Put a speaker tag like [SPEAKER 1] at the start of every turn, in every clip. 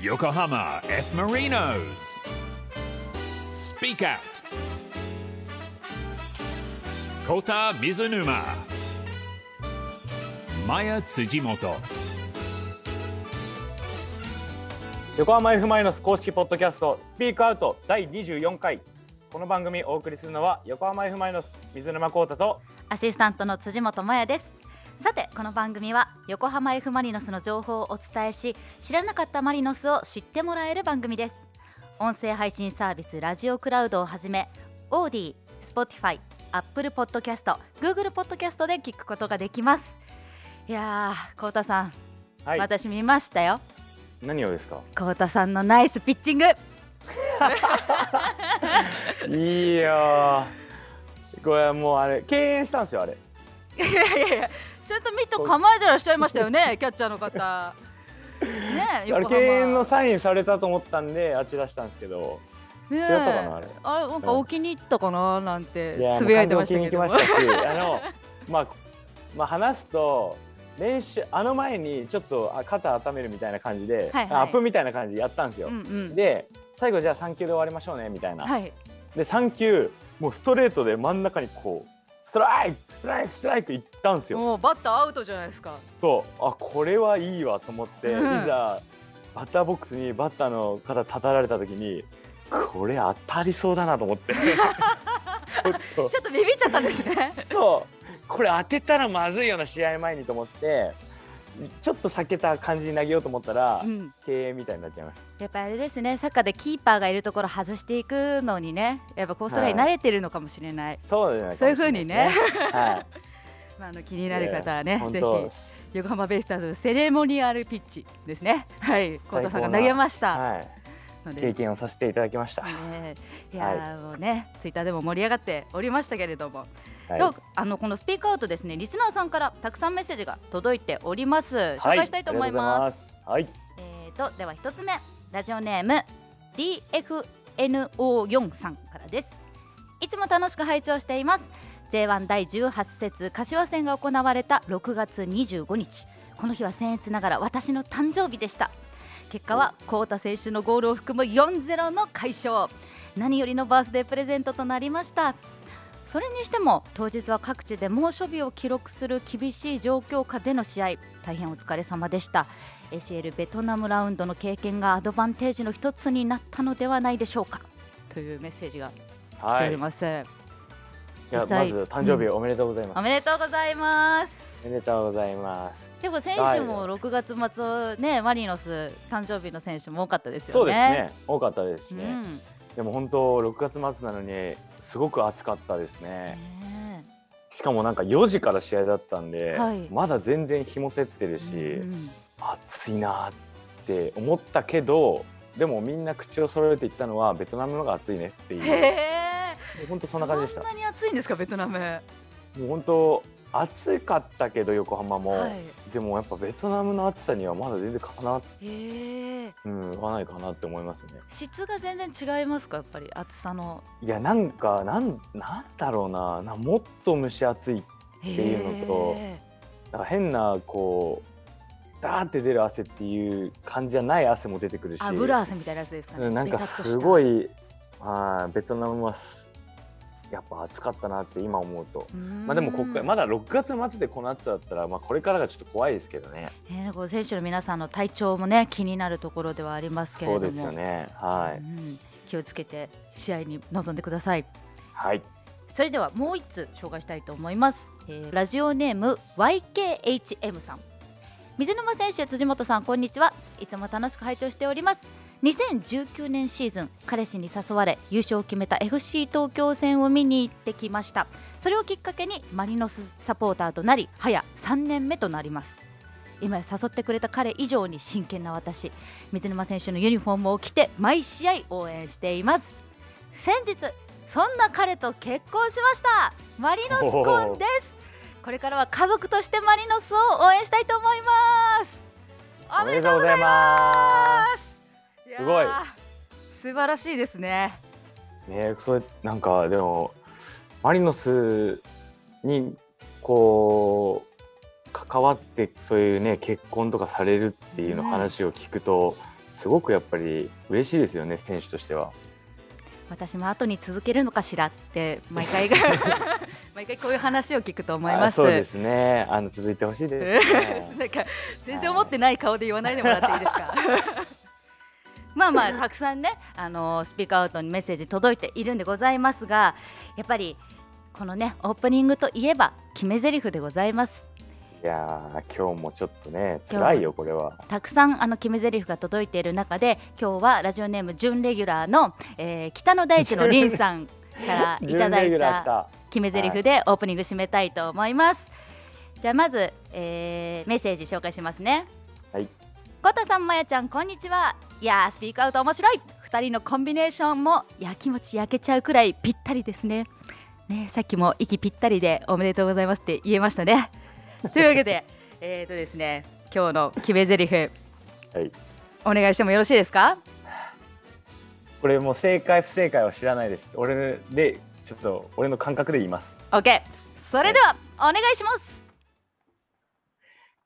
[SPEAKER 1] Yokohama F. Marinos. Speak Out. Kota Mizunuma. Maya Tsujimoto.
[SPEAKER 2] 横浜 F マイナス公式ポッドキャストスピークアウト第24回この番組をお送りするのは横浜 F マイナス水沼孝太と
[SPEAKER 3] アシスタントの辻本真也ですさてこの番組は横浜 F ・マリノスの情報をお伝えし知らなかったマリノスを知ってもらえる番組です音声配信サービスラジオクラウドをはじめオーディ、スポティファイ、アップルポッドキャスト、グーグルポッドキャストで聞くことができますいやー、コウタさん、
[SPEAKER 2] はい
[SPEAKER 3] 私見ましたよ
[SPEAKER 2] 何をですか
[SPEAKER 3] コウタさんのナイスピッチング
[SPEAKER 2] いいよこれはもうあれ敬遠したんですよあれ
[SPEAKER 3] いやいやちょっとミット構えてらっしゃいました よね、キャッチャーの方。ねえ、
[SPEAKER 2] あ
[SPEAKER 3] 横
[SPEAKER 2] れ
[SPEAKER 3] 浜
[SPEAKER 2] 敬遠のサインされたと思ったんであっち出したんですけど
[SPEAKER 3] ねえ
[SPEAKER 2] 違ったかなあれ
[SPEAKER 3] あれなんかお気に入ったかななんて
[SPEAKER 2] いや
[SPEAKER 3] つ
[SPEAKER 2] もう
[SPEAKER 3] ぶやい
[SPEAKER 2] 完全
[SPEAKER 3] てま
[SPEAKER 2] に気
[SPEAKER 3] した
[SPEAKER 2] に行き
[SPEAKER 3] けども
[SPEAKER 2] まし。たしあのまあまあ話すと練習あの前にちょっとあ肩温めるみたいな感じで、
[SPEAKER 3] はいはい
[SPEAKER 2] あアップみたいな感じでやったんですよ、
[SPEAKER 3] うんうん。
[SPEAKER 2] で最後じゃあ3球で終わりましょうねみたいな、
[SPEAKER 3] はい。
[SPEAKER 2] で3球もうストレートで真ん中にこうストライクストライクストライクいったんですよ
[SPEAKER 3] もうバッターアウトじゃないですか。
[SPEAKER 2] そうあこれはいいわと思って、
[SPEAKER 3] うん
[SPEAKER 2] いざバッターボックスにバッターの方立たられた時にこれ当たりそうだなと思ってち ょっと
[SPEAKER 3] ちょっとビビっちゃったんです ね。
[SPEAKER 2] そうこれ当てたらまずいような試合前にと思ってちょっと避けた感じに投げようと思ったら、
[SPEAKER 3] うん。
[SPEAKER 2] 経営みたいになっちゃいまし
[SPEAKER 3] やっぱあれですね、サッカーでキーパーがいるところ外していくのにね、やっぱこうそれに慣れてるのかもしれない。
[SPEAKER 2] たそうじゃないかもし
[SPEAKER 3] そうい
[SPEAKER 2] れ
[SPEAKER 3] う
[SPEAKER 2] な
[SPEAKER 3] 風
[SPEAKER 2] い
[SPEAKER 3] に
[SPEAKER 2] で
[SPEAKER 3] ね
[SPEAKER 2] すね はい
[SPEAKER 3] まああの気になる方はね、
[SPEAKER 2] 本
[SPEAKER 3] ぜ
[SPEAKER 2] 当
[SPEAKER 3] ひ横浜ベイスターズセレモニアルピッチですね。はい、コウタさんが投げました
[SPEAKER 2] はい
[SPEAKER 3] ので
[SPEAKER 2] 経験をさせていただきました。
[SPEAKER 3] ねえ、いや
[SPEAKER 2] はい
[SPEAKER 3] ー、もうねツイッターでも盛り上がっておりましたけれども、
[SPEAKER 2] はい
[SPEAKER 3] とあのこのスピークアウトですねリスナーさんからたくさんメッセージが届いております紹介したいと思います,、
[SPEAKER 2] はい、ありがとう
[SPEAKER 3] えー、とでは一つ目ラジオネーム DFNO4 さんからですいつも楽しく拝聴しています J1 第18節柏戦が行われた6月25日この日は僭越ながら私の誕生日でした結果はコウタ選手のゴールを含む4-0の快勝何よりのバースデープレゼントとなりましたそれにしても当日は各地で猛暑日を記録する厳しい状況下での試合大変お疲れ様でした ACL ベトナムラウンドの経験がアドバンテージの一つになったのではないでしょうかというメッセージが
[SPEAKER 2] ご
[SPEAKER 3] 来
[SPEAKER 2] ざ
[SPEAKER 3] てお
[SPEAKER 2] い
[SPEAKER 3] り
[SPEAKER 2] ます。はい、
[SPEAKER 3] ます、
[SPEAKER 2] いやま
[SPEAKER 3] 実
[SPEAKER 2] ず
[SPEAKER 3] 際
[SPEAKER 2] 誕生日おめでとうございます。
[SPEAKER 3] おめでとうございます
[SPEAKER 2] おめでとうございます。
[SPEAKER 3] 結構選手も6月末ねマリノス誕生日の選手も多かったですよね
[SPEAKER 2] そうですね。多かったですし
[SPEAKER 3] うん
[SPEAKER 2] ね。でも本当6月末なのにすごく暑かったですね。
[SPEAKER 3] ね
[SPEAKER 2] しかもなんか4時から試合だったんで、
[SPEAKER 3] はい
[SPEAKER 2] まだ全然日も照ってるし、
[SPEAKER 3] うん
[SPEAKER 2] 暑いなーって思ったけど、でもみんな口を揃えて言ったのはベトナムの方が暑いねっていう。
[SPEAKER 3] へえ
[SPEAKER 2] 本当そんな感じでした。
[SPEAKER 3] そんなに暑いんですかベトナムは
[SPEAKER 2] もう本当暑かったけど横浜も。
[SPEAKER 3] い
[SPEAKER 2] でもやっぱベトナムの暑さにはまだ全然かな、
[SPEAKER 3] へえ
[SPEAKER 2] うん、合わないかなって思いますね。
[SPEAKER 3] 質が全然違いますかやっぱり暑さの
[SPEAKER 2] いやなんかなんなんだろうななもっと蒸し暑い
[SPEAKER 3] って
[SPEAKER 2] いうのとなんか変なこうダーって出る汗っていう感じじゃない汗も出てくるし
[SPEAKER 3] 油汗みたいなやつですか
[SPEAKER 2] う
[SPEAKER 3] ね
[SPEAKER 2] んなんか
[SPEAKER 3] ベタっとした
[SPEAKER 2] すごいあーベトナムはすやっぱ暑かったなって今思うと。まあでもこっからま
[SPEAKER 3] だ、
[SPEAKER 2] だ6月末でこの暑さだったら、まあ、これからがちょっと怖いですけどね。
[SPEAKER 3] ね、こう選手の皆さんの体調もね気になるところではありますけれ
[SPEAKER 2] そ
[SPEAKER 3] ど
[SPEAKER 2] う
[SPEAKER 3] も
[SPEAKER 2] ですよね。は
[SPEAKER 3] う
[SPEAKER 2] い、
[SPEAKER 3] ん気をつけて試合に臨んでください
[SPEAKER 2] はい、
[SPEAKER 3] それではもう一つ紹介したいと思います、えーラジオネーム YKHM さん水沼選手辻本さんこんにちはいつも楽しく拝聴しております2019年シーズン彼氏に誘われ優勝を決めた FC 東京戦を見に行ってきましたそれをきっかけにマリノスサポーターとなり早3年目となります今や誘ってくれた彼以上に真剣な私水沼選手のユニフォームを着て毎試合応援しています先日そんな彼と結婚しましたマリノス婚ですこれからは家族としてマリノスを応援したいと思いますおめでとうございます
[SPEAKER 2] すごい
[SPEAKER 3] やー素晴らしいですね
[SPEAKER 2] ねそれなんかでもマリノスにこう関わってそういうね結婚とかされるっていうの
[SPEAKER 3] うん
[SPEAKER 2] 話を聞くと、すごくやっぱり嬉しいですよね、選手としては。
[SPEAKER 3] 私も後に続けるのかしらって毎 回が毎回こういう話を聞くと思いま
[SPEAKER 2] あ
[SPEAKER 3] す。
[SPEAKER 2] そうですね、あの続いてほしいです、 ね。
[SPEAKER 3] なんか全然思ってない顔で言わないでもらっていいで すか。まあまあたくさんね、あのスピーカーアウトにメッセージ届いているんでございますが、やっぱりこのねオープニングといえば決め台詞でございます。
[SPEAKER 2] いやー、今日もちょっとね、辛いよ、これは。
[SPEAKER 3] たくさんあの決め台詞が届いている中で、今日はラジオネーム準レギュラーの、えー北の大地のりんさんからいただ
[SPEAKER 2] 準レギ
[SPEAKER 3] い
[SPEAKER 2] ュラー来
[SPEAKER 3] た
[SPEAKER 2] た。
[SPEAKER 3] 決め台詞でオープニング締めたいと思います。じゃあまず、えーメッセージ紹介しますね。
[SPEAKER 2] はい。
[SPEAKER 3] コタさん、まやちゃん、こんにちは。いやー、スピークアウト面白い。二人のコンビネーションもやきもち焼けちゃうくらいぴったりですね。ね、さっきも息ぴったりでおめでとうございますって言えましたね。というわけで、 えっとですね、今日の決め台詞、
[SPEAKER 2] はい。
[SPEAKER 3] お願いしてもよろしいですか。
[SPEAKER 2] これもう正解不正解は知らないです。俺で、ちょっと俺の感覚で言います。
[SPEAKER 3] オッケー。それでは、お願いします。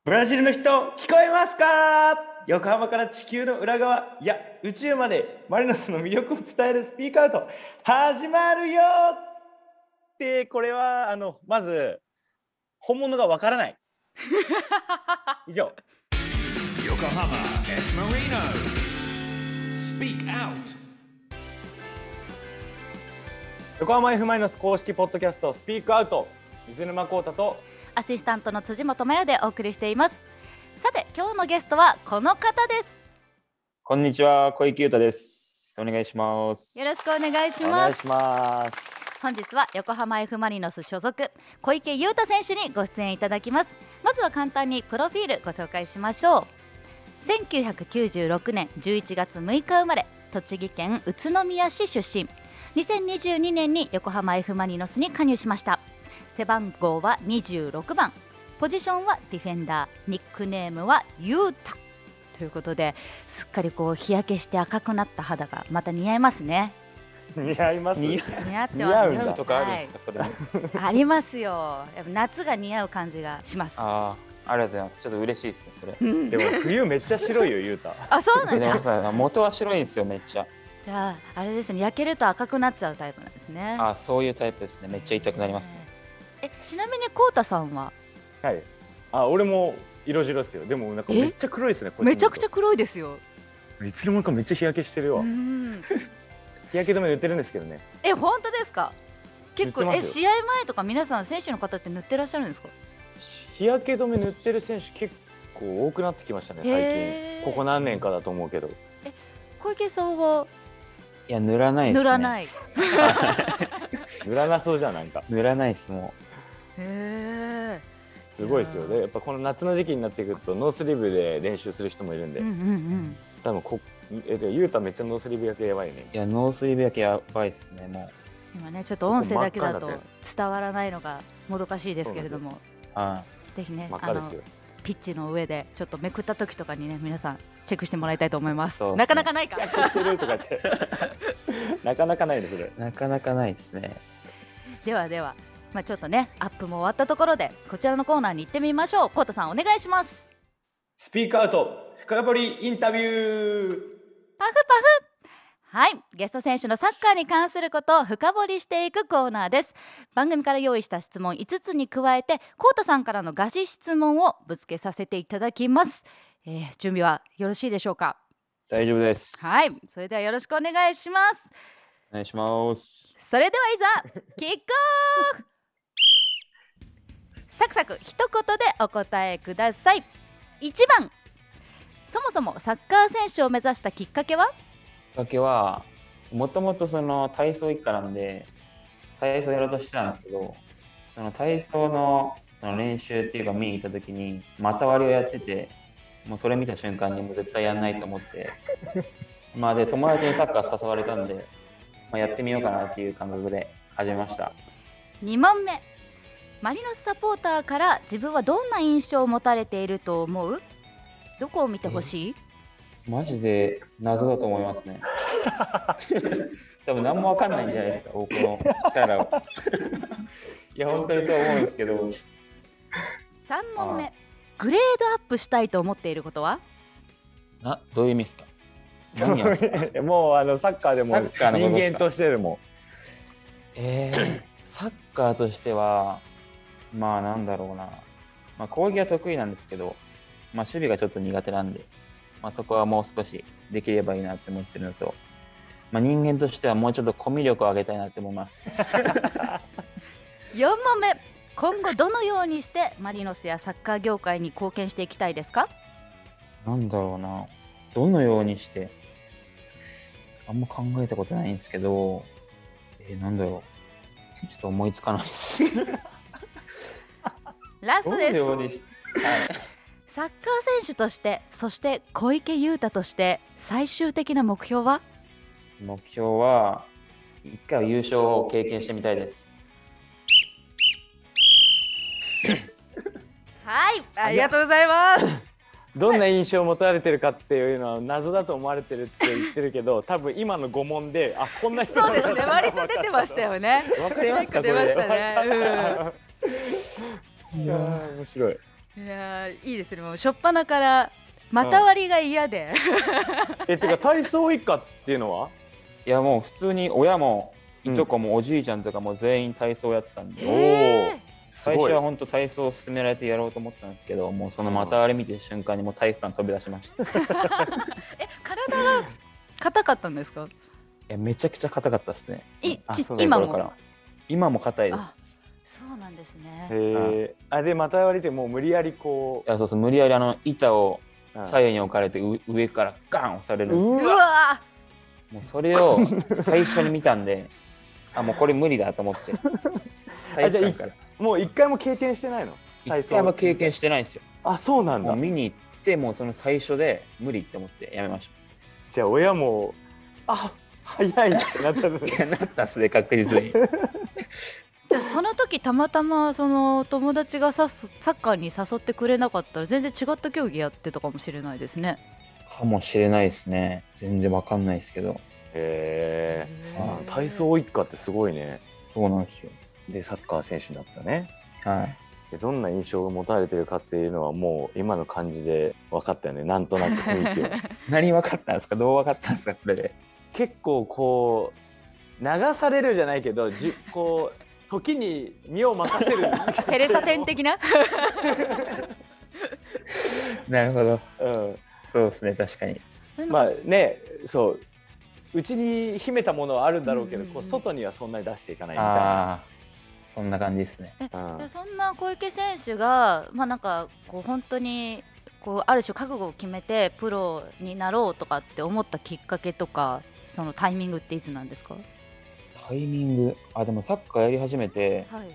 [SPEAKER 4] ブラジルの人、聞こえますか横浜から地球の裏側、いや、宇宙までマリノスの魅力を伝えるスピーカーアウト、始まるよ
[SPEAKER 2] で、これは、あの、まず、本物がわから ない。以上。
[SPEAKER 1] Yokohama F. Marinos. Speak out.
[SPEAKER 2] 横浜 F マイナス公式ポッドキャスト、スピークアウト。水沼孝太と、
[SPEAKER 3] アシスタントの辻本麻也でお送りしています。さて、今日のゲストはこの方で
[SPEAKER 4] こんにちは、小池優太です。お願いします
[SPEAKER 3] す。よろしくお願いし
[SPEAKER 2] お
[SPEAKER 3] ま
[SPEAKER 2] 願
[SPEAKER 3] す
[SPEAKER 2] い。します。
[SPEAKER 3] 本日は横浜 F ・マリノス所属小池優太選手にご出演いただきますまずは簡単にプロフィールご紹介しましょう1996年11月6日生まれ栃木県宇都宮市出身2022年に横浜 F ・マリノスに加入しました背番号は26番ポジションはディフェンダーニックネームは優太ということですっかりこう日焼けして赤くなった肌がまた似合いますね
[SPEAKER 2] 似合います。
[SPEAKER 4] 似
[SPEAKER 3] 似合ってます
[SPEAKER 2] 似合
[SPEAKER 4] 合
[SPEAKER 2] うんだ
[SPEAKER 4] うとかあるんですか、それ。
[SPEAKER 3] ありますよ。やっぱ夏が似合う感じがします。
[SPEAKER 4] ああ、ありがとうございます。ちょっと嬉しいですね、それ。
[SPEAKER 3] うん
[SPEAKER 2] でも、冬めっちゃ白いよ、ゆうた。
[SPEAKER 3] あ、そうなん
[SPEAKER 4] でも
[SPEAKER 3] だ。
[SPEAKER 4] さ、元は白いんですよ、めっちゃ。
[SPEAKER 3] じゃあ、あれですね、焼けると赤くなっちゃうタイプなんですね。
[SPEAKER 4] あそういうタイプですね。めっちゃ痛くなりますね。
[SPEAKER 3] えー。え、ちなみに、こうたさんは。
[SPEAKER 2] はい。あ、俺も色白ですよ。でもなんか
[SPEAKER 3] え
[SPEAKER 2] めっちゃ黒いですね。こうや
[SPEAKER 3] め
[SPEAKER 2] って
[SPEAKER 3] ちゃくちゃ黒いですよ。
[SPEAKER 2] 見るといつの間にかめっちゃ日焼けしてるわ
[SPEAKER 3] う。ん
[SPEAKER 2] 日焼け止め塗ってるんですけどね。
[SPEAKER 3] え、本当ですか。結構、
[SPEAKER 2] 塗って
[SPEAKER 3] え、
[SPEAKER 2] ます
[SPEAKER 3] 試合前とか、皆さん選手の方って塗ってらっしゃるんですか。
[SPEAKER 2] 日焼け止め塗ってる選手結構多くなってきましたね。
[SPEAKER 3] へ
[SPEAKER 2] 最
[SPEAKER 3] ー
[SPEAKER 2] 近。ここ何年かだと思うけど。
[SPEAKER 3] 小池さんは、
[SPEAKER 4] いや、塗らないで
[SPEAKER 3] 塗
[SPEAKER 4] す、ね。
[SPEAKER 3] らない。
[SPEAKER 2] 塗らなそうじゃんなんか。
[SPEAKER 4] 塗らないです、も
[SPEAKER 3] へ
[SPEAKER 2] すごいですよね。やっぱこの夏の時期になってくるとノースリーブで練習する人もいるん
[SPEAKER 3] え。
[SPEAKER 2] で
[SPEAKER 3] うん、うん
[SPEAKER 2] 多分こえでゆうためっちゃノースリーブ焼けやばいね
[SPEAKER 4] う。。いや、ノースリーブ焼けやばいですね、もう。
[SPEAKER 3] うん。今ね、ちょっと音声だけだ
[SPEAKER 2] こ
[SPEAKER 3] と
[SPEAKER 2] こ真っ赤になっ
[SPEAKER 3] 伝わらないのがもどかしいですけれども、
[SPEAKER 4] は
[SPEAKER 3] ぜひね、
[SPEAKER 2] 真っ
[SPEAKER 3] あ
[SPEAKER 2] 赤
[SPEAKER 3] の
[SPEAKER 2] ですよ。
[SPEAKER 3] ピッチの上でちょっとめくった時とかにね皆さんチェックしてもらいたいと思います
[SPEAKER 4] そうです
[SPEAKER 3] なか
[SPEAKER 4] ね
[SPEAKER 3] なか ないか
[SPEAKER 2] 日焼けしてるとかって。 なかなかないですね。
[SPEAKER 4] い。なかなかないですね。
[SPEAKER 3] ではではまあちょっとねアップも終わったところでこちらのコーナーに行ってみましょうコウタさんお願いします
[SPEAKER 4] スピーカーアウト、深掘りインタビュー。
[SPEAKER 3] パフパフはいゲスト選手のサッカーに関することを深掘りしていくコーナーです番組から用意した質問5つに加えてコウタさんからのガチ質問をぶつけさせていただきます、えー準備はよろしいでしょうか
[SPEAKER 4] 大丈夫です。
[SPEAKER 3] はいそれではよろしくお願いします
[SPEAKER 4] お願いします。
[SPEAKER 3] それではいざキックオフサクサク一言でお答えください1番そもそもサッカー選手を目指したきっかけは
[SPEAKER 4] きっかけは、もともとその体操一家なんで、体操やろうとしてたんですけど、その体操のその練習っていうか見に行った時に、股割りをやってて、もうそれ見た瞬間にもう絶対やんないと思って、 まあで、友達にサッカー誘われたんで、まあ、やってみようかなっていう感覚で始めました。
[SPEAKER 3] 2問目マリノスサポーターから自分はどんな印象を持たれていると思うどこを見てほしい
[SPEAKER 4] マジで謎だと思いますね。 多分何もわかんないんじゃないですか、僕のキャラは。 いや、本当にそう思うんですけど、
[SPEAKER 3] 3問
[SPEAKER 4] あ
[SPEAKER 3] 目グレードアップしたいと思っていることは
[SPEAKER 4] などういう意味ですか何やって た
[SPEAKER 2] もうあのサッカーでも
[SPEAKER 4] サッカーの
[SPEAKER 2] 人
[SPEAKER 4] ことですか
[SPEAKER 2] 間としてでも
[SPEAKER 4] えー、サッカーとしては、まあなんだろうな、まあ、攻撃は得意なんですけど、まあ、守備がちょっと苦手なんで、まあ、そこはもう少しできればいいなって思ってるのと、まあ、人間としてはもうちょっとコミュ力を上げたいなって思います。
[SPEAKER 3] 4問目今後どのようにしてマリノスやサッカー業界に貢献していきたいですか
[SPEAKER 4] なんだろうな、どのようにして、あんま考えたことないんですけど、えー、なんだろう、ちょっと思いつかないです。
[SPEAKER 3] ラス
[SPEAKER 4] ど
[SPEAKER 3] ト
[SPEAKER 4] の
[SPEAKER 3] です
[SPEAKER 4] ようにし
[SPEAKER 3] サッカー選手としてそして小池優太として最終的な目標は
[SPEAKER 4] 目標は、一回は優勝を経験してみたいです。
[SPEAKER 3] はいありがとうございます
[SPEAKER 2] どんな印象を持たれてるかっていうのは謎だと思われてるって言ってるけ ど多分今の5問であこんな人
[SPEAKER 3] そうですね割と出てましたよ ね
[SPEAKER 4] わかります
[SPEAKER 3] 結構
[SPEAKER 4] か
[SPEAKER 3] 出まし
[SPEAKER 4] こ
[SPEAKER 3] たね、
[SPEAKER 4] れ
[SPEAKER 2] いやー面白い
[SPEAKER 3] うん、いやーいいですねもう初っ端からまた割りが嫌で、
[SPEAKER 2] えてか体操一家っていうのはい
[SPEAKER 4] やもう普通に親も
[SPEAKER 2] う
[SPEAKER 4] い
[SPEAKER 2] ん
[SPEAKER 4] とこもおじいちゃんとかも全員体操やってたんで、
[SPEAKER 3] えー
[SPEAKER 4] 最初は
[SPEAKER 2] は
[SPEAKER 4] 本当体操を勧められてやろうと思ったんですけどもうそのまたあれ見てる瞬間にもう体育館飛び出しましたい
[SPEAKER 3] え体が硬かったんですか
[SPEAKER 4] やめちゃくちゃ硬かったですね
[SPEAKER 3] い
[SPEAKER 2] あ
[SPEAKER 3] ち
[SPEAKER 2] そうだ
[SPEAKER 3] 今
[SPEAKER 4] これから
[SPEAKER 3] も
[SPEAKER 4] 今も硬いです
[SPEAKER 3] あそうなんです
[SPEAKER 2] へ
[SPEAKER 3] ね
[SPEAKER 2] えあでまた割れてもう無理やりこ
[SPEAKER 4] いやそうそう無理やりあの板を
[SPEAKER 2] う、うん
[SPEAKER 4] 左右に置かれてう上からガン押されるんです
[SPEAKER 2] う
[SPEAKER 3] う
[SPEAKER 2] わ
[SPEAKER 3] わ
[SPEAKER 4] もうそれを最初に見たんであもうこれ無理だと思 って体
[SPEAKER 2] あじゃあ
[SPEAKER 4] 育館から
[SPEAKER 2] もう一回も経験してないの体
[SPEAKER 4] 一
[SPEAKER 2] 操
[SPEAKER 4] 回も経験してないんですよ
[SPEAKER 2] あそうなん
[SPEAKER 4] も
[SPEAKER 2] だ
[SPEAKER 4] う見に行ってもうその最初で無理って思ってやめました
[SPEAKER 2] じゃあ親もあ早いってなったの
[SPEAKER 4] いやなったっすね確実に
[SPEAKER 3] ーじゃあその時たまたまその友達がさすサッカーに誘ってくれなかったら全然違った競技やってたかもしれないですね
[SPEAKER 4] かもしれないですね全然わかんないですけど
[SPEAKER 2] へ
[SPEAKER 3] へ
[SPEAKER 2] ー
[SPEAKER 3] ー
[SPEAKER 2] あ体操一家ってすごいね
[SPEAKER 4] そうなんですよ
[SPEAKER 2] でサッカー選手だったね
[SPEAKER 4] はい
[SPEAKER 2] でどんな印象を持たれてるかっていうのはもう今の感じで分かったよねなんとなく雰囲気を
[SPEAKER 4] 何分かったんですかどう分かったんですかこれで
[SPEAKER 2] 結構こう流されるじゃないけどじこう時に身を任 せる
[SPEAKER 3] テレサテン的な
[SPEAKER 4] なるほど
[SPEAKER 2] うん
[SPEAKER 4] そうですね確かに
[SPEAKER 2] まあねそううちに秘めたものはあるんだろうけど、
[SPEAKER 3] うんうん
[SPEAKER 2] こう外にはそんなに出していかないみた
[SPEAKER 4] ああそんな感じですね
[SPEAKER 2] いな、うん
[SPEAKER 3] でそんな小池選手が、まあ、なんかこう本当にこうある種覚悟を決めてプロになろうとかって思ったきっかけとかそのタイミングっていつなんですか、
[SPEAKER 4] タイミングあでもサッカーやり始めて
[SPEAKER 3] はい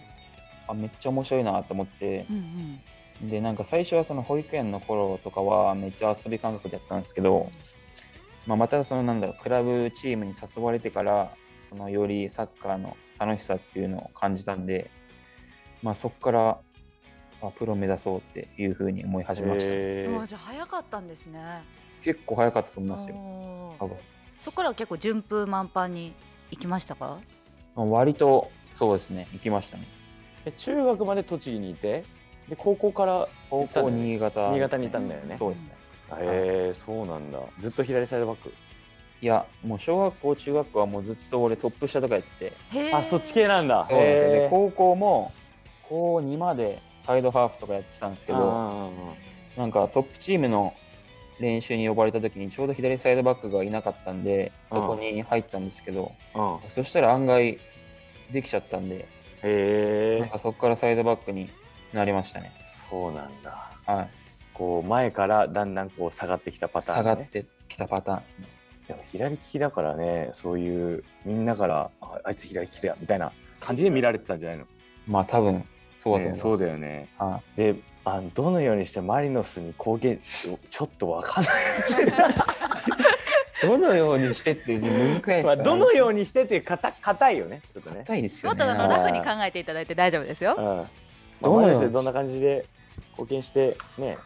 [SPEAKER 4] あめっちゃ面白いなと思って
[SPEAKER 3] うんうん、
[SPEAKER 4] でなんか最初はその保育園の頃とかはめっちゃ遊び感覚でやってたんですけど、まあ、またそのなんだろうクラブチームに誘われてからそのよりサッカーの楽しさっていうのを感じたんで、まあ、そこからあプロ目指そうっていうふうに思い始めました、
[SPEAKER 2] へー
[SPEAKER 3] あじゃあ早かったんですね
[SPEAKER 4] 結構早かったと思いますよ
[SPEAKER 3] お
[SPEAKER 4] 多
[SPEAKER 3] ー
[SPEAKER 4] 分
[SPEAKER 3] そこからは結構順風満帆に行きましたか
[SPEAKER 4] まあ割とそうですね行きましたね
[SPEAKER 2] え中学まで栃木にいてで高校から行
[SPEAKER 4] 高
[SPEAKER 2] ったんだよ
[SPEAKER 4] 校
[SPEAKER 2] ね
[SPEAKER 4] 新潟、
[SPEAKER 2] 新潟にいたんだよね
[SPEAKER 4] そうですね
[SPEAKER 2] へえそうなんだずっと左サイドバック
[SPEAKER 4] いやもう小学校中学校はもうずっと俺トップ下とかやってて
[SPEAKER 3] へー
[SPEAKER 2] あそっち系なんだ
[SPEAKER 4] そうなんですよ
[SPEAKER 2] へー
[SPEAKER 4] で高校も高2までサイドハーフとかやってたんですけど
[SPEAKER 2] あ
[SPEAKER 4] なんかトップチームの練習に呼ばれた時にちょうど左サイドバックがいなかったんでそこに入ったんですけど、
[SPEAKER 2] ーうん
[SPEAKER 4] そしたら案外できちゃったんで
[SPEAKER 2] へ
[SPEAKER 4] なん
[SPEAKER 2] え
[SPEAKER 4] かそこからサイドバックになりましたね、
[SPEAKER 2] そうなんだ
[SPEAKER 4] はい、
[SPEAKER 2] こう前からだんだんこう下がってきたパター
[SPEAKER 4] 下
[SPEAKER 2] ン、ね、
[SPEAKER 4] がってきたパターンですね
[SPEAKER 2] でも左利きだからねそういうみんなからああいつ左利きだみたいな感じで見られてたんじゃないの
[SPEAKER 4] まあ多分そうだと思い
[SPEAKER 2] ね
[SPEAKER 4] ます、
[SPEAKER 2] そうだよね
[SPEAKER 4] は
[SPEAKER 2] であのどのようにしてマリノスに貢献ちょちょっとわかんない
[SPEAKER 4] いどのようにしてって難しいです
[SPEAKER 2] まあ
[SPEAKER 4] から
[SPEAKER 2] どのようにしてってかた硬いよねちょっとね、
[SPEAKER 4] 硬いです
[SPEAKER 3] も
[SPEAKER 4] よ
[SPEAKER 3] っ
[SPEAKER 4] ね
[SPEAKER 3] とあのラフに考えていただいて大丈夫です
[SPEAKER 2] うん
[SPEAKER 3] よ
[SPEAKER 2] まあ、
[SPEAKER 4] どのよう
[SPEAKER 2] マリ
[SPEAKER 4] に
[SPEAKER 2] ノスでどんな感じで貢献してね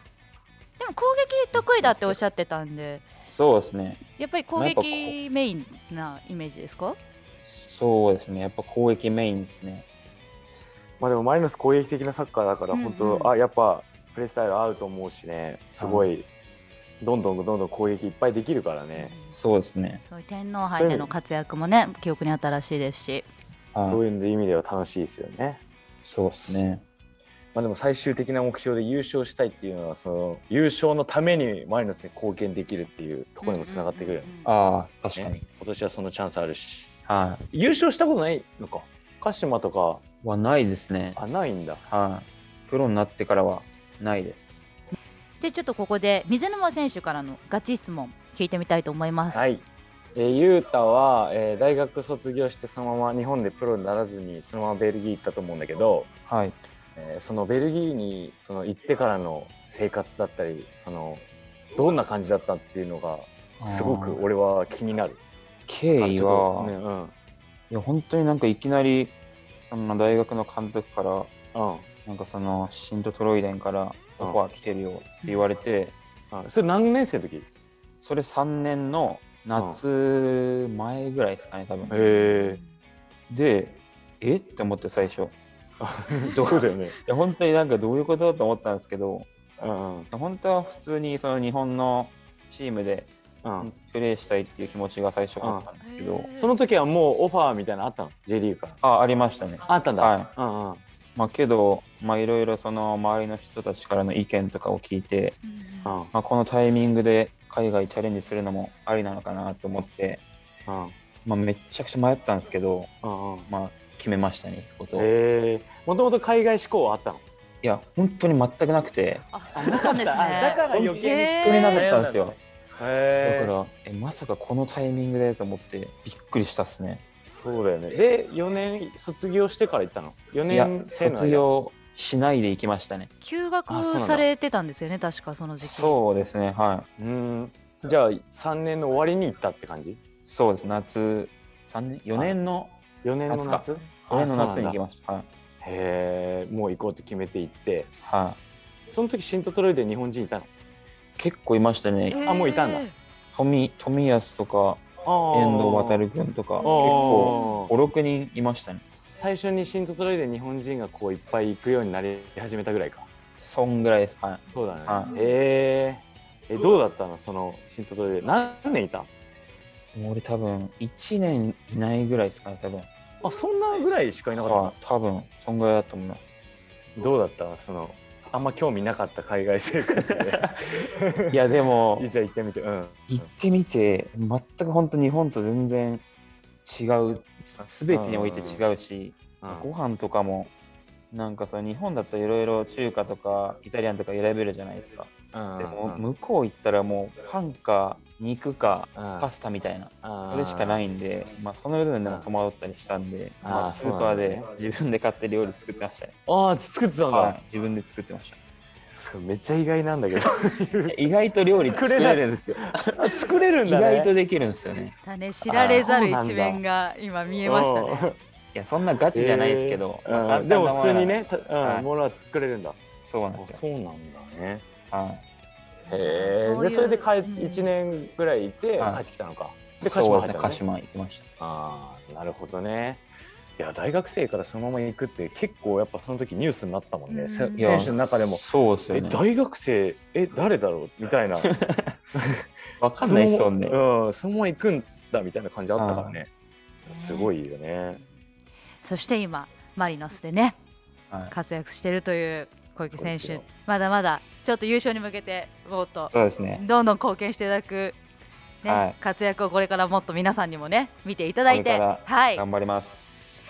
[SPEAKER 3] でも攻撃得意だっておっしゃってたんで
[SPEAKER 4] そうですね
[SPEAKER 3] やっぱり攻撃メインなイメージですか
[SPEAKER 4] そうですねやっぱ攻撃メインですね
[SPEAKER 2] まあでもマリノス攻撃的なサッカーだから
[SPEAKER 3] うんうん
[SPEAKER 2] 本当、あやっぱプレースタイル合うと思うしねすごいどんどんどんどん攻撃いっぱいできるからね、
[SPEAKER 4] そうですね。
[SPEAKER 3] そういう天皇杯での活躍もね記憶に新しいですし
[SPEAKER 4] はい
[SPEAKER 2] そういう意味では楽しいですよね。
[SPEAKER 4] そうですね。
[SPEAKER 2] まあ、でも最終的な目標で優勝したいっていうのはその優勝のためにマリノスに貢献できるっていうところにもつながってくるよね、
[SPEAKER 4] ああ、確かに。
[SPEAKER 2] 今年はそのチャンスあるし
[SPEAKER 4] は
[SPEAKER 2] 優勝したことないのか鹿島とか
[SPEAKER 4] い。はないですね。
[SPEAKER 2] あないんだ
[SPEAKER 4] はい。プロになってからはないです。
[SPEAKER 3] じゃあちょっとここで水沼選手からのガチ質問聞いてみたいと思います。
[SPEAKER 2] はい、えー、ユータは、えー大学卒業してそのまま日本でプロにならずにそのままベルギー行ったと思うんだけど、
[SPEAKER 4] はい。
[SPEAKER 2] えーそのベルギーにその行ってからの生活だったりそのどんな感じだったっていうのがすごく俺は気になる。
[SPEAKER 4] 経緯は、
[SPEAKER 2] ねうん
[SPEAKER 4] いや、本当になんかいきなり、その大学の監督から、
[SPEAKER 2] うん
[SPEAKER 4] なんかその、シントトロイデンからオファー来てるよって言われて、
[SPEAKER 2] あそれ何年生の時 へ
[SPEAKER 4] それ3年の夏前ぐらいですかね、多分。
[SPEAKER 2] え
[SPEAKER 4] で、えって思って最初。い
[SPEAKER 2] どうだよね、
[SPEAKER 4] や、本当になんかどういうことと思ったんですけど、
[SPEAKER 2] うんうん
[SPEAKER 4] 本当は普通にその日本のチームで
[SPEAKER 2] うん、
[SPEAKER 4] プレーしたいっていう気持ちが最初あったんですけど、
[SPEAKER 2] その時はもうオファーみたいなのあったの J リーグから
[SPEAKER 4] あありましたね。
[SPEAKER 2] あったんだ、
[SPEAKER 4] はい
[SPEAKER 2] うんうん
[SPEAKER 4] まあ、けど、まあ、いろいろその周りの人たちからの意見とかを聞いて、
[SPEAKER 2] うん
[SPEAKER 4] まあ、このタイミングで海外チャレンジするのもありなのかなと思って、
[SPEAKER 2] うん
[SPEAKER 4] まあ、めっちゃくちゃ迷ったんですけど、
[SPEAKER 2] うんうん
[SPEAKER 4] まあ、決めましたね、ことをい
[SPEAKER 2] えー、もともと海外志向はあったの
[SPEAKER 4] や、本当に全くなくて、
[SPEAKER 3] あ、そうなんですね。
[SPEAKER 2] あだから余計
[SPEAKER 4] 本当になかったんですよ。
[SPEAKER 2] に、
[SPEAKER 4] だ
[SPEAKER 2] へ
[SPEAKER 4] か
[SPEAKER 2] ー
[SPEAKER 4] らえ、まさかこのタイミングでと思って、びっくりしたっすね。
[SPEAKER 2] そうだよねで4年卒業してから行ったの4
[SPEAKER 4] いや
[SPEAKER 2] 年、生の間
[SPEAKER 4] 卒業しないでいきましたね。
[SPEAKER 3] 休学されてたんですよね、確かその時期。
[SPEAKER 4] そうですね、はい。
[SPEAKER 2] うんじゃあ3年の終わりに行ったって感じ
[SPEAKER 4] そうです、夏、3年、4年の、
[SPEAKER 2] 4年の
[SPEAKER 4] 夏か
[SPEAKER 2] 夏
[SPEAKER 4] 4年の夏に行き
[SPEAKER 2] ま
[SPEAKER 4] ました。はい。
[SPEAKER 2] へえもう行こうって決めて行って
[SPEAKER 4] はい
[SPEAKER 2] その時シントトロイで日本人いたの
[SPEAKER 4] 結構いましたね。
[SPEAKER 2] あもういたんだ
[SPEAKER 3] へー
[SPEAKER 4] 富富安とか遠藤航君とか結
[SPEAKER 2] お
[SPEAKER 4] 構五六人いましたね。
[SPEAKER 2] 最初にシントトロイで日本人がこういっぱい行くようになり始めたぐらいか
[SPEAKER 4] そんぐらいです。はい。
[SPEAKER 2] そうだね、
[SPEAKER 4] はい
[SPEAKER 2] へええどうだったのそのシントトロイで何年いたの
[SPEAKER 4] でも俺多分一年いないぐらいですかね。多分。
[SPEAKER 2] あそんなぐらいしかいなかったの
[SPEAKER 4] はい多分そんぐらいだと思います。
[SPEAKER 2] どうだったそのあんま興味なかった海外生活 で
[SPEAKER 4] いやでも
[SPEAKER 2] いざ行ってみてうん
[SPEAKER 4] 行ってみて全く本当日本と全然違う。すべてにおいて違うし、
[SPEAKER 2] うん
[SPEAKER 4] ご飯とかもなんかさ日本だといろいろ中華とかイタリアンとか選べるじゃないですか。
[SPEAKER 2] うん
[SPEAKER 4] でも
[SPEAKER 2] うん
[SPEAKER 4] 向こう行ったらもうパンか肉か
[SPEAKER 2] うん
[SPEAKER 4] パスタみたいな。
[SPEAKER 2] あー
[SPEAKER 4] それしかないんで、まあ、その部分でも戸惑ったりしたんで、
[SPEAKER 2] あー
[SPEAKER 4] まあ、ス
[SPEAKER 2] そう
[SPEAKER 4] ー
[SPEAKER 2] な
[SPEAKER 4] パー
[SPEAKER 2] んだね
[SPEAKER 4] で自分で買って料理作ってましたね。
[SPEAKER 2] ああ作ってたんだ、
[SPEAKER 4] はい、自分で作ってました。
[SPEAKER 2] すごいめっちゃ意外なんだけど
[SPEAKER 4] 意外 と料理作れるんですよ。
[SPEAKER 2] あ作れる
[SPEAKER 4] 意
[SPEAKER 2] んだね
[SPEAKER 4] 外とできるんですよね。
[SPEAKER 3] だね、知られざる一面が今 見えましたね。
[SPEAKER 2] ね
[SPEAKER 4] いや、そんなガチじゃないですけど、まあ簡
[SPEAKER 2] で
[SPEAKER 4] 単な
[SPEAKER 2] も
[SPEAKER 4] の
[SPEAKER 2] 普
[SPEAKER 4] な
[SPEAKER 2] 通
[SPEAKER 4] ら
[SPEAKER 2] にね、たうん
[SPEAKER 4] はい
[SPEAKER 2] ものは作れるんだ
[SPEAKER 4] そうなんですよ。
[SPEAKER 2] うなんだね
[SPEAKER 4] はい
[SPEAKER 2] へ
[SPEAKER 3] そう
[SPEAKER 2] え
[SPEAKER 3] いう
[SPEAKER 2] でそれで帰っ
[SPEAKER 3] うん
[SPEAKER 2] 1年ぐらいいて
[SPEAKER 4] はい
[SPEAKER 2] 帰ってきたのかで鹿
[SPEAKER 4] そ
[SPEAKER 2] 島
[SPEAKER 4] う
[SPEAKER 2] 入った
[SPEAKER 4] ですね、
[SPEAKER 2] の
[SPEAKER 4] 鹿
[SPEAKER 2] ね
[SPEAKER 4] 島行きました。
[SPEAKER 2] ああなるほどねいや大学生からそのまま行くって結構やっぱその時ニュースになったもんね、
[SPEAKER 3] うん
[SPEAKER 2] せ
[SPEAKER 4] いや
[SPEAKER 2] 選手の中でも
[SPEAKER 4] そうですよ
[SPEAKER 2] え
[SPEAKER 4] ね。
[SPEAKER 2] 大学生え誰だろうみ たいな
[SPEAKER 4] わかんない
[SPEAKER 2] そ
[SPEAKER 4] 人
[SPEAKER 2] の
[SPEAKER 4] ね。
[SPEAKER 2] うん、そのまま行くんだみたいな感じあったからねすごいよね
[SPEAKER 3] そして今、マリノスでね、
[SPEAKER 4] はい
[SPEAKER 3] 活躍してるという小池選
[SPEAKER 2] そう
[SPEAKER 3] 手
[SPEAKER 2] です、
[SPEAKER 3] まだまだちょっと優勝に向けて、もっと
[SPEAKER 4] そうですね。
[SPEAKER 3] どんどん貢献していただく、ね
[SPEAKER 4] はい
[SPEAKER 3] 活躍をこれからもっと皆さんにもね、見ていただいて。
[SPEAKER 4] これから
[SPEAKER 3] はい、
[SPEAKER 4] 頑張ります。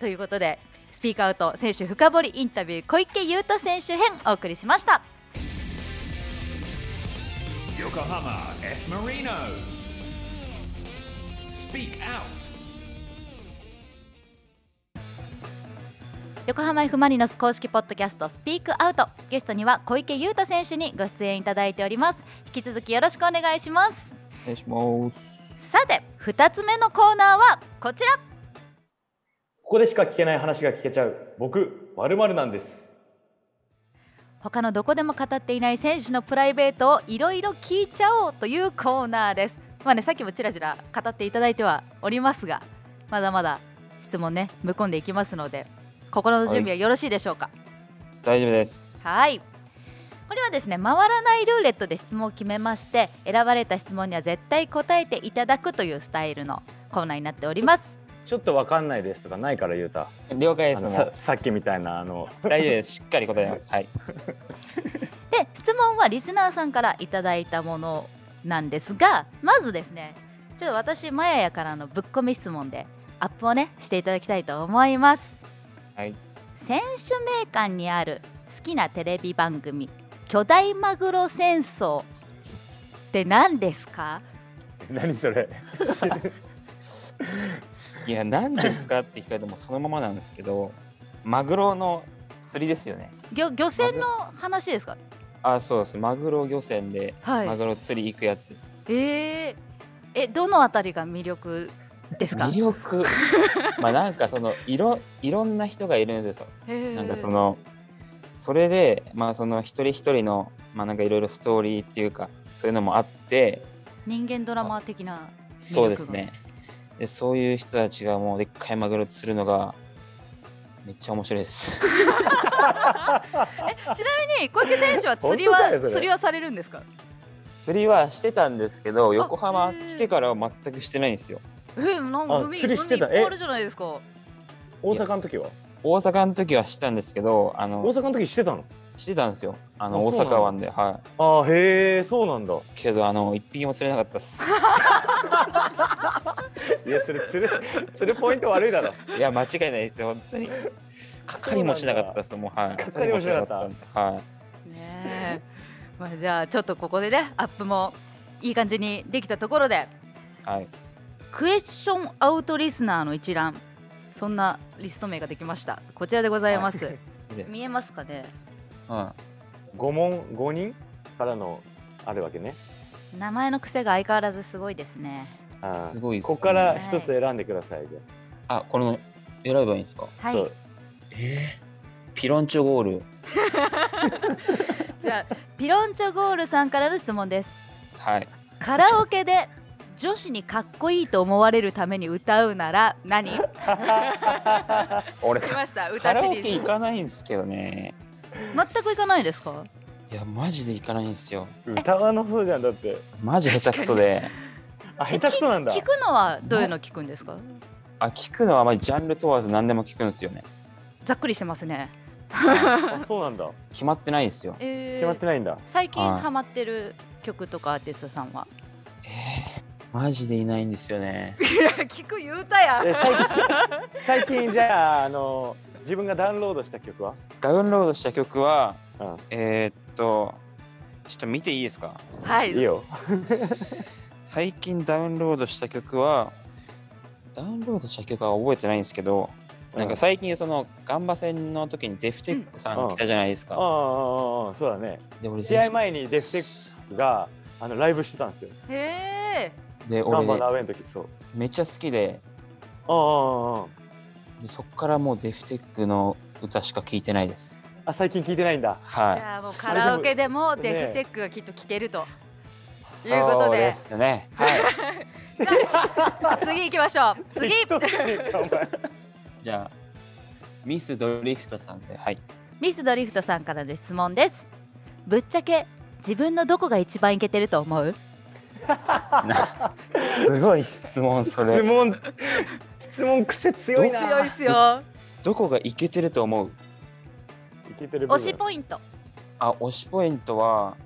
[SPEAKER 3] ということでスピーカーアウト選手深掘りインタビュー小池優太選手編お送りしました
[SPEAKER 1] Yokohama F. Marinos. Speak Out.
[SPEAKER 3] 横浜 F ・マリノス公式ポッドキャストスピークアウトゲストには小池優太選手にご出演いただいております引き続きよろしくお願いします
[SPEAKER 4] お願いします。
[SPEAKER 3] さて2つ目のコーナーはこちら
[SPEAKER 2] ここでしか聞けない話が聞けちゃう僕まるなんです
[SPEAKER 3] 他のどこでも語っていない選手のプライベートをいろいろ聞いちゃおうというコーナーですまあねさっきもちらちら語っていただいてはおりますがまだまだ質問ねぶっ込んでいきますので心の準備はよろしいでしょうか
[SPEAKER 4] 大丈夫です。
[SPEAKER 3] はい。これはですね回らないルーレットで質問を決めまして選ばれた質問には絶対答えていただくというスタイルのコーナーになっております
[SPEAKER 2] ちょっとわかんないですとかないから言うた。
[SPEAKER 4] 了解で
[SPEAKER 2] あ
[SPEAKER 4] す。
[SPEAKER 2] の
[SPEAKER 4] も
[SPEAKER 2] さ
[SPEAKER 4] う
[SPEAKER 2] さっきみたいなあの
[SPEAKER 4] 大丈夫です。しっかり答え ます。はい。
[SPEAKER 3] で質問はリスナーさんからいただいたものなんですがまずですねちょっと私マヤヤからのぶっこみ質問でアップをねしていただきたいと思います
[SPEAKER 4] はい。
[SPEAKER 3] 選手名鑑にある好きなテレビ番組「巨大マグロ戦争」って何ですか
[SPEAKER 2] 何それ。
[SPEAKER 4] いや、何ですかって聞かれてもそのままなんですけど、マグロの釣りですよね。
[SPEAKER 3] 漁漁船の話ですか
[SPEAKER 4] あ、そうです。マグロ漁船で
[SPEAKER 3] はい
[SPEAKER 4] マグロ釣り行くやつです。
[SPEAKER 3] えー、えどのあたりが魅力ですか
[SPEAKER 4] 魅 力。まあなんかそのいろいろんな人がいるんですよ。なんかそのそれでまあその一人一人のまあなんかいろいろストーリーっていうかそういうのもあって
[SPEAKER 3] 人間ドラマ的な
[SPEAKER 4] そうですねでそういう人たちがもうでっかいマグロ釣るのがめっちゃ面白いです
[SPEAKER 3] ちなみに小池選手は釣り
[SPEAKER 2] 本当
[SPEAKER 3] は
[SPEAKER 2] かよそれ
[SPEAKER 3] 釣りはされるんですか
[SPEAKER 4] 釣りはしてたんですけど横
[SPEAKER 3] へ
[SPEAKER 4] 浜
[SPEAKER 3] ー
[SPEAKER 4] 来てからは全くしてないんですよ
[SPEAKER 3] えなんか
[SPEAKER 2] あ
[SPEAKER 3] 海
[SPEAKER 2] 釣り
[SPEAKER 3] 海い
[SPEAKER 2] し
[SPEAKER 3] っ
[SPEAKER 2] てた
[SPEAKER 3] ぱいあるじゃないですか
[SPEAKER 2] 大阪の時は？
[SPEAKER 4] 大阪の時はしてたんですけどあ
[SPEAKER 2] 大
[SPEAKER 4] の
[SPEAKER 2] 阪の時してたの？
[SPEAKER 4] してたんですよあの
[SPEAKER 2] あそう
[SPEAKER 4] 大
[SPEAKER 2] なんだ
[SPEAKER 4] 阪湾ではい
[SPEAKER 2] あーへえそうなんだ。
[SPEAKER 4] けどあの一匹も釣れなかったっ す
[SPEAKER 2] いやそれ釣る 釣るポイント悪いだろ。
[SPEAKER 4] いや間違いないですよ本当にかかりもしなかったっすもうはい
[SPEAKER 2] かかりもしなかった
[SPEAKER 4] んではい
[SPEAKER 3] ねえ まあじゃあちょっとここでねアップもいい感じにできたところで
[SPEAKER 4] はい、
[SPEAKER 3] クエスチョンアウトリスナーの一覧そんなリスト名ができましたこちらでございます、
[SPEAKER 4] で
[SPEAKER 3] 見えますかね
[SPEAKER 4] うん、
[SPEAKER 2] 五問五人からのあるわけね。
[SPEAKER 3] 名前の癖が相変わらずすごいですね
[SPEAKER 2] あー
[SPEAKER 4] すごいですね
[SPEAKER 2] ここから一つ選んでください。じゃ
[SPEAKER 4] あこの選べばいいんですか
[SPEAKER 2] あ
[SPEAKER 3] は
[SPEAKER 2] そ
[SPEAKER 3] いう
[SPEAKER 4] ピロンチョゴール
[SPEAKER 3] じゃあピロンチョゴールさんからの質問です
[SPEAKER 4] はい
[SPEAKER 3] カラオケで女子にかっこいいと思われるために歌うなら何来
[SPEAKER 4] 俺
[SPEAKER 3] ました
[SPEAKER 4] カ
[SPEAKER 3] 歌
[SPEAKER 4] ラ
[SPEAKER 3] シ
[SPEAKER 4] オ
[SPEAKER 3] リ
[SPEAKER 4] ケ
[SPEAKER 3] ー
[SPEAKER 4] 行
[SPEAKER 3] ズ
[SPEAKER 4] かないんですけどね
[SPEAKER 3] 全く行かないですか
[SPEAKER 4] いやマジで行かないんですよ
[SPEAKER 2] 歌わなそうじゃんだって。
[SPEAKER 4] マジ下手くそで
[SPEAKER 2] あ下手くそなんだ
[SPEAKER 3] 聞。くのはどういうの聞くんですか
[SPEAKER 4] あ聞くのはまあジャンル問わず何でも聞くんですよね
[SPEAKER 3] ざっくりしてますね
[SPEAKER 2] あそうなんだ。
[SPEAKER 4] 決まってないんですよ
[SPEAKER 3] え
[SPEAKER 2] 決まってないんだ。
[SPEAKER 3] 最近
[SPEAKER 4] はい
[SPEAKER 3] ハマってる曲とかアーティストさんは
[SPEAKER 4] マジでいないんですよね
[SPEAKER 3] いや聞く言うたや
[SPEAKER 2] え最近最近じゃああの自分がダウンロードした曲は？
[SPEAKER 4] ダウンロードした曲は
[SPEAKER 2] うん
[SPEAKER 4] えー、っとちょっと見ていいですか
[SPEAKER 3] はい
[SPEAKER 2] いいよ。
[SPEAKER 4] 最近ダウンロードした曲はダウンロードした曲は覚えてないんですけどなんか最近そのガンバ戦の時にデフテックさん来たじゃないです
[SPEAKER 2] ああ
[SPEAKER 4] か、
[SPEAKER 2] あああそうだね。
[SPEAKER 4] で俺
[SPEAKER 2] 試合前にデフテックがあのライブしてたんですよ。
[SPEAKER 3] へえ
[SPEAKER 4] で
[SPEAKER 2] ガン
[SPEAKER 4] 俺
[SPEAKER 2] バのアウェイの時そう。
[SPEAKER 4] めっちゃ好きで
[SPEAKER 2] ああああ
[SPEAKER 4] でそっからもうデフテックの歌しか聞いてないです
[SPEAKER 2] ああ最近聞いてないん だ。
[SPEAKER 3] じ
[SPEAKER 4] は
[SPEAKER 3] ゃあもうカラオケでもデフテックがきっと聴けると、
[SPEAKER 4] い
[SPEAKER 3] ということで
[SPEAKER 4] そうですねはい
[SPEAKER 3] 次行きましょう次
[SPEAKER 2] 適当じゃねえかお前
[SPEAKER 4] じゃあミスドリフトさんではい
[SPEAKER 3] ミスドリフトさんからの質問ですぶっちゃけ自分のどこが一番イケてると思う
[SPEAKER 4] すごい質問そ
[SPEAKER 2] 質
[SPEAKER 4] れ
[SPEAKER 2] 問質問癖強いな。
[SPEAKER 3] 強いっすよ
[SPEAKER 4] どこがイケてると思う
[SPEAKER 2] 聞いてる部分
[SPEAKER 3] 推しポイント
[SPEAKER 4] あ推しポイントは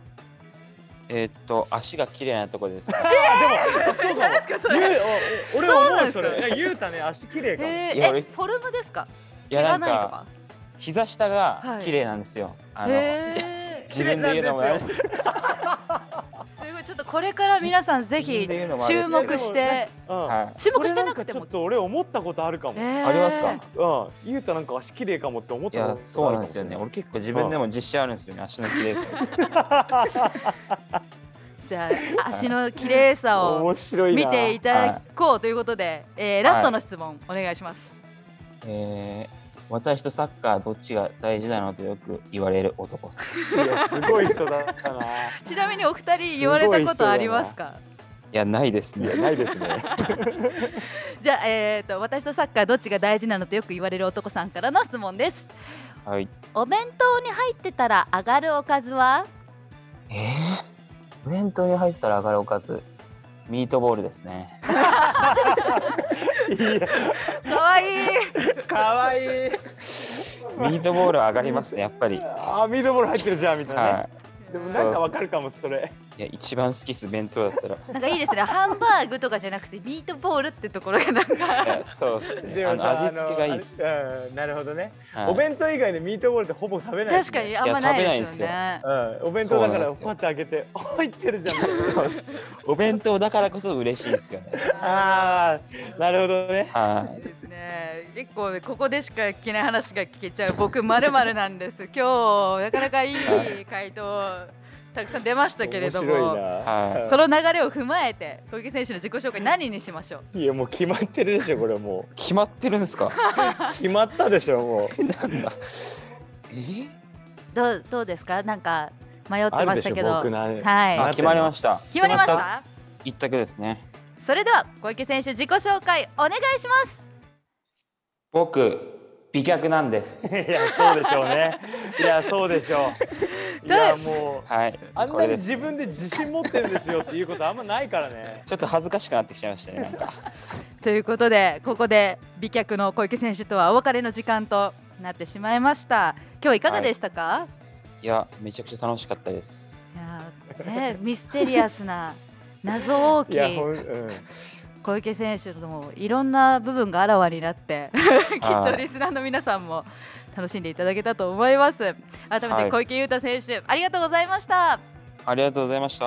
[SPEAKER 4] えーっと足が綺麗なとこです
[SPEAKER 3] 何ですかそ
[SPEAKER 2] 言
[SPEAKER 3] れ
[SPEAKER 2] うお俺は思う
[SPEAKER 3] そ
[SPEAKER 2] そう
[SPEAKER 3] なん
[SPEAKER 2] れ
[SPEAKER 3] ですか
[SPEAKER 2] いや言うたね足綺麗かも、
[SPEAKER 3] えー
[SPEAKER 4] いや俺
[SPEAKER 3] えフォルムですか
[SPEAKER 4] いやなん
[SPEAKER 3] 毛がないと
[SPEAKER 4] か
[SPEAKER 3] か
[SPEAKER 4] 膝下が綺麗なんですよ、あの、
[SPEAKER 3] へえ
[SPEAKER 4] 自分で言うのもあれ
[SPEAKER 2] 綺
[SPEAKER 3] すごいちょっとこれから皆さんぜひ
[SPEAKER 4] 自分で言うのもあれ
[SPEAKER 3] 注目して
[SPEAKER 2] うん
[SPEAKER 4] は
[SPEAKER 3] 注目してなく
[SPEAKER 2] 俺んかち
[SPEAKER 3] て
[SPEAKER 2] ょ
[SPEAKER 3] も
[SPEAKER 2] っと俺思ったことあるかも、
[SPEAKER 4] い、
[SPEAKER 3] あ
[SPEAKER 4] ありますか
[SPEAKER 2] うん言うたなんか足綺麗かもって思っ
[SPEAKER 4] い
[SPEAKER 2] たことあ
[SPEAKER 4] や
[SPEAKER 2] る
[SPEAKER 4] そうなんですよね
[SPEAKER 2] かも
[SPEAKER 4] 俺結構自分でも実写あるんですよね足の綺麗さ
[SPEAKER 3] じゃあ足の綺麗さを
[SPEAKER 2] 面白いな
[SPEAKER 3] 見ていただこうということで、えーラストの質問お願いします。
[SPEAKER 4] えー、私とサッカーどっちが大事なのとよく言われる男さん。い
[SPEAKER 2] いやすごい人だったな
[SPEAKER 3] ちなみにお二人言われたことありますか。
[SPEAKER 4] やないです
[SPEAKER 2] いや
[SPEAKER 4] ね。
[SPEAKER 2] ないですね
[SPEAKER 3] じゃあえっ、と私とサッカーどっちが大事なのとよく言われる男さんからの質問です。
[SPEAKER 4] はい。
[SPEAKER 3] お弁当に入ってたら上がるおかずは
[SPEAKER 4] えー、お弁当に入ってたら上がるおかず。ミートボールですね。
[SPEAKER 3] かわいい
[SPEAKER 2] かわいい
[SPEAKER 4] ミートボールは上が りますね、やっぱり。は
[SPEAKER 2] あミートボール入ってるじゃんみたいなね、
[SPEAKER 4] い。
[SPEAKER 2] でもなんかわかるかもそれ
[SPEAKER 4] いや、一番好きです、弁当だ ったら。
[SPEAKER 3] なんかいいですねハンバーグとかじゃなくてミートボールってところがなんか
[SPEAKER 4] いやそうですね。
[SPEAKER 2] で
[SPEAKER 4] あ
[SPEAKER 2] も
[SPEAKER 4] の
[SPEAKER 2] さ
[SPEAKER 4] 味付けがいいです。
[SPEAKER 2] あのあれうんなるほどね、
[SPEAKER 4] はい
[SPEAKER 2] お弁当以外でミートボールってほぼ食べない
[SPEAKER 3] 確かにあんまないですよ
[SPEAKER 4] い
[SPEAKER 3] ね
[SPEAKER 2] うん、お弁当だから
[SPEAKER 4] そうなんですよ
[SPEAKER 2] パッて開けて「 あ入ってるじゃん」
[SPEAKER 4] そうですお弁当だからこそ嬉しいですよね。
[SPEAKER 2] ああなるほどね
[SPEAKER 4] はい
[SPEAKER 3] い。ですね結構ねここでしか聞けない話が聞けちゃう僕まるまるなんです今日なかなかいい回答たくさん出ましたけれど
[SPEAKER 2] 面白い
[SPEAKER 3] も
[SPEAKER 4] は
[SPEAKER 3] その流れを踏まえて小池選手の自己紹介何にしましょう
[SPEAKER 2] いやもう決まってるでしょこれも
[SPEAKER 4] い。決まってる んですか。
[SPEAKER 2] う決まったでしょもう
[SPEAKER 4] なんだ。え
[SPEAKER 3] どうどうですかなんか迷って
[SPEAKER 2] ある
[SPEAKER 3] ま
[SPEAKER 2] でし
[SPEAKER 3] し
[SPEAKER 2] たょ
[SPEAKER 3] けど
[SPEAKER 2] 僕な
[SPEAKER 3] は
[SPEAKER 4] あ、
[SPEAKER 3] い
[SPEAKER 4] 決まりました。
[SPEAKER 3] 決まりまし
[SPEAKER 4] 決
[SPEAKER 3] た
[SPEAKER 4] 一択ですね。
[SPEAKER 3] それでは小池選手自己紹介お願いします
[SPEAKER 4] 僕、美脚なんです。
[SPEAKER 2] いやそうでしょうねいやそうでしょ ういやもう
[SPEAKER 4] はい。
[SPEAKER 2] あん
[SPEAKER 4] こ
[SPEAKER 2] な
[SPEAKER 4] れ
[SPEAKER 2] に
[SPEAKER 4] です
[SPEAKER 2] 自分で自信持ってるんですよっていうことあんまないからね
[SPEAKER 4] ちょっと恥ずかしくなってきちゃいましたね。なんか。
[SPEAKER 3] ということでここで美脚の小池選手とはお別れの時間となってしまいました今日いかがでしたか、
[SPEAKER 4] いや、めちゃくちゃ楽しかったです
[SPEAKER 3] い。やーね、ミステリアスな謎多
[SPEAKER 2] い
[SPEAKER 3] き
[SPEAKER 2] やほん、うん、
[SPEAKER 3] 小池選手のもいろんな部分があらわになってきっ
[SPEAKER 4] は
[SPEAKER 3] と
[SPEAKER 4] い
[SPEAKER 3] リスナーの皆さんも楽しんでいただけたと思います改め
[SPEAKER 4] は
[SPEAKER 3] て
[SPEAKER 4] い
[SPEAKER 3] 小池優太選手、ありがとうございました
[SPEAKER 4] ありがとうございました。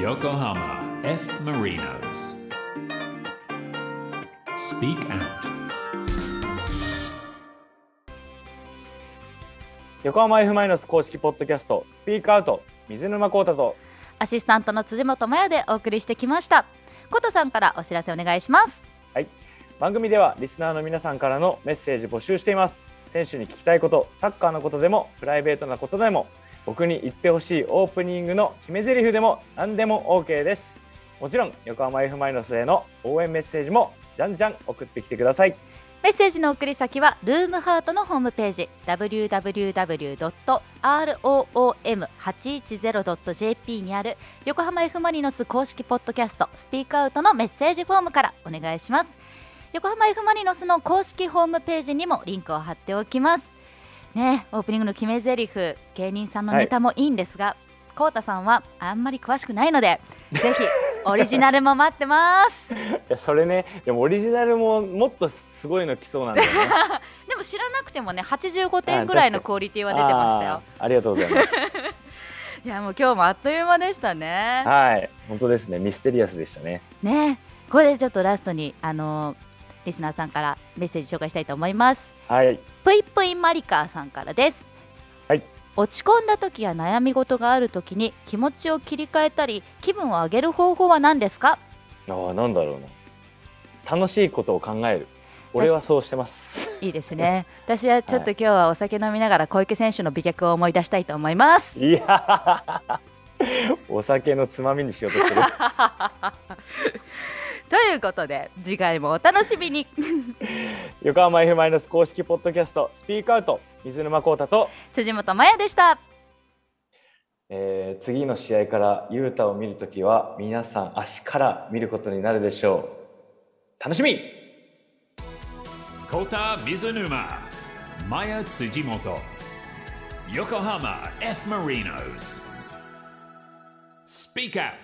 [SPEAKER 1] Yokohama F. Marinos. Speak Out.
[SPEAKER 2] 横浜 F ・マイナス公式ポッドキャストスピークアウト水沼孝太と
[SPEAKER 3] アシスタントの辻本麻也でお送りしてきましたことさんからお知らせお願いします
[SPEAKER 2] 番組ではリスナーの皆さんからのメッセージ募集しています選手に聞きたいことサッカーのことでもプライベートなことでも僕に言ってほしいオープニングの決め台詞でも何でも OK ですもちろん横浜 F ・マイナスへの応援メッセージもじゃんじゃん送ってきてください
[SPEAKER 3] メッセージの送り先はルームハートのホームページ www.room810.jp にある横浜 F ・マリノス公式ポッドキャストスピークアウトのメッセージフォームからお願いします横浜 F ・マリノスの公式ホームページにもリンクを貼っておきますねえオープニングの決め台詞芸人さんのネタもいいんですが、こうたさんはあんまり詳しくないのでぜひオリジナルも待ってます
[SPEAKER 2] いやそれねでもオリジナルももっとすごいの来そうなんだよ ね
[SPEAKER 3] でも知らなくてもね85点ぐらいのクオリティは出てましたよ。
[SPEAKER 2] あーありがとうございます
[SPEAKER 3] いやもう今日もあっという間でしたね。
[SPEAKER 2] はい本当ですねミステリアスでしたね
[SPEAKER 3] ねこれでちょっとラストにあのーリスナーさんからメッセージ紹介したいと思います。
[SPEAKER 2] はい
[SPEAKER 3] ぷいぷいマリカーさんからです。
[SPEAKER 2] はい
[SPEAKER 3] 落ち込んだ時や悩み事がある時に気持ちを切り替えたり気分を上げる方法は何ですか
[SPEAKER 2] ああなんだろうな楽しいことを考える俺はそうしてます
[SPEAKER 3] いいです ね私はちょっと今日はお酒飲みながら小池選手の美脚を思い出したいと思います
[SPEAKER 2] いやーお酒のつまみにしようと してる
[SPEAKER 3] ということで次回もお楽しみに
[SPEAKER 2] 横浜 F ・マイナス公式ポッドキャストスピークアウト水沼孝太と、
[SPEAKER 3] 辻本麻也でした
[SPEAKER 2] えー次の試合から雄太を見るときは皆さん足から見ることになるでしょう楽しみ
[SPEAKER 1] Kota Mizunuma, Maya Tsujimoto, Yokohama F. Marinos. Speak Out.